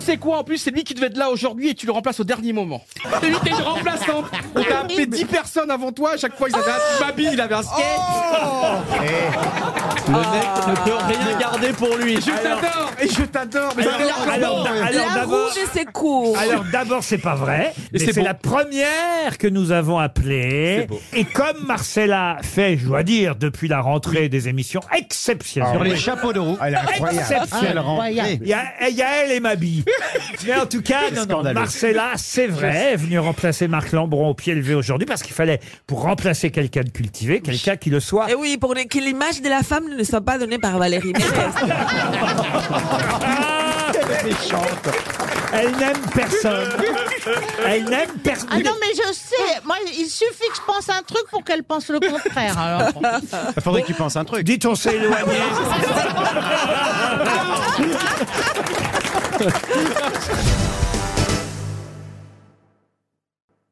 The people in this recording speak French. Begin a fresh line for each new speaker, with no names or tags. sais quoi En plus, c'est lui qui devait être là aujourd'hui et tu le remplaces au dernier moment. C'est lui, t'es une remplaçante. On t'a appelé 10 personnes avant toi. À chaque fois, ils avaient un baby, il avait un skate.
Oh.
Eh.
Eh. Le mec ne peut rien garder pour lui.
Ah. Je t'adore et je t'adore. Mais
Alors,
ça fait largement.
alors, alors,
La
d'abord-
rouge et ses cours.
alors d'abord, c'est pas vrai, mais
c'est
c'est
beau.
la première que nous avons appelée. Et comme Marcella fait, je dois dire, depuis la rentrée des émissions, exceptionnellement.
les chapeaux de roue. Ah Elle est incroyable.
Exceptionnelle.
Quelle rentrée.
Il y, a, il y a elle et Mabi. Mais en tout cas, non, non,
scandaleux.
Marcella, c'est vrai, est venue remplacer Marc Lambron au pied levé aujourd'hui parce qu'il fallait, pour remplacer quelqu'un de cultivé, quelqu'un qui le soit.
Ah, Et oui, pour que l'image de la femme ne soit pas donnée par Valérie Mérès.
Ah Elle n'aime personne. Elle n'aime personne.
Ah non, mais je sais. Moi, il suffit que je pense un truc pour qu'elle pense le contraire. Alors.
Il faudrait que tu penses un truc.
Dites, on s'est éloigné.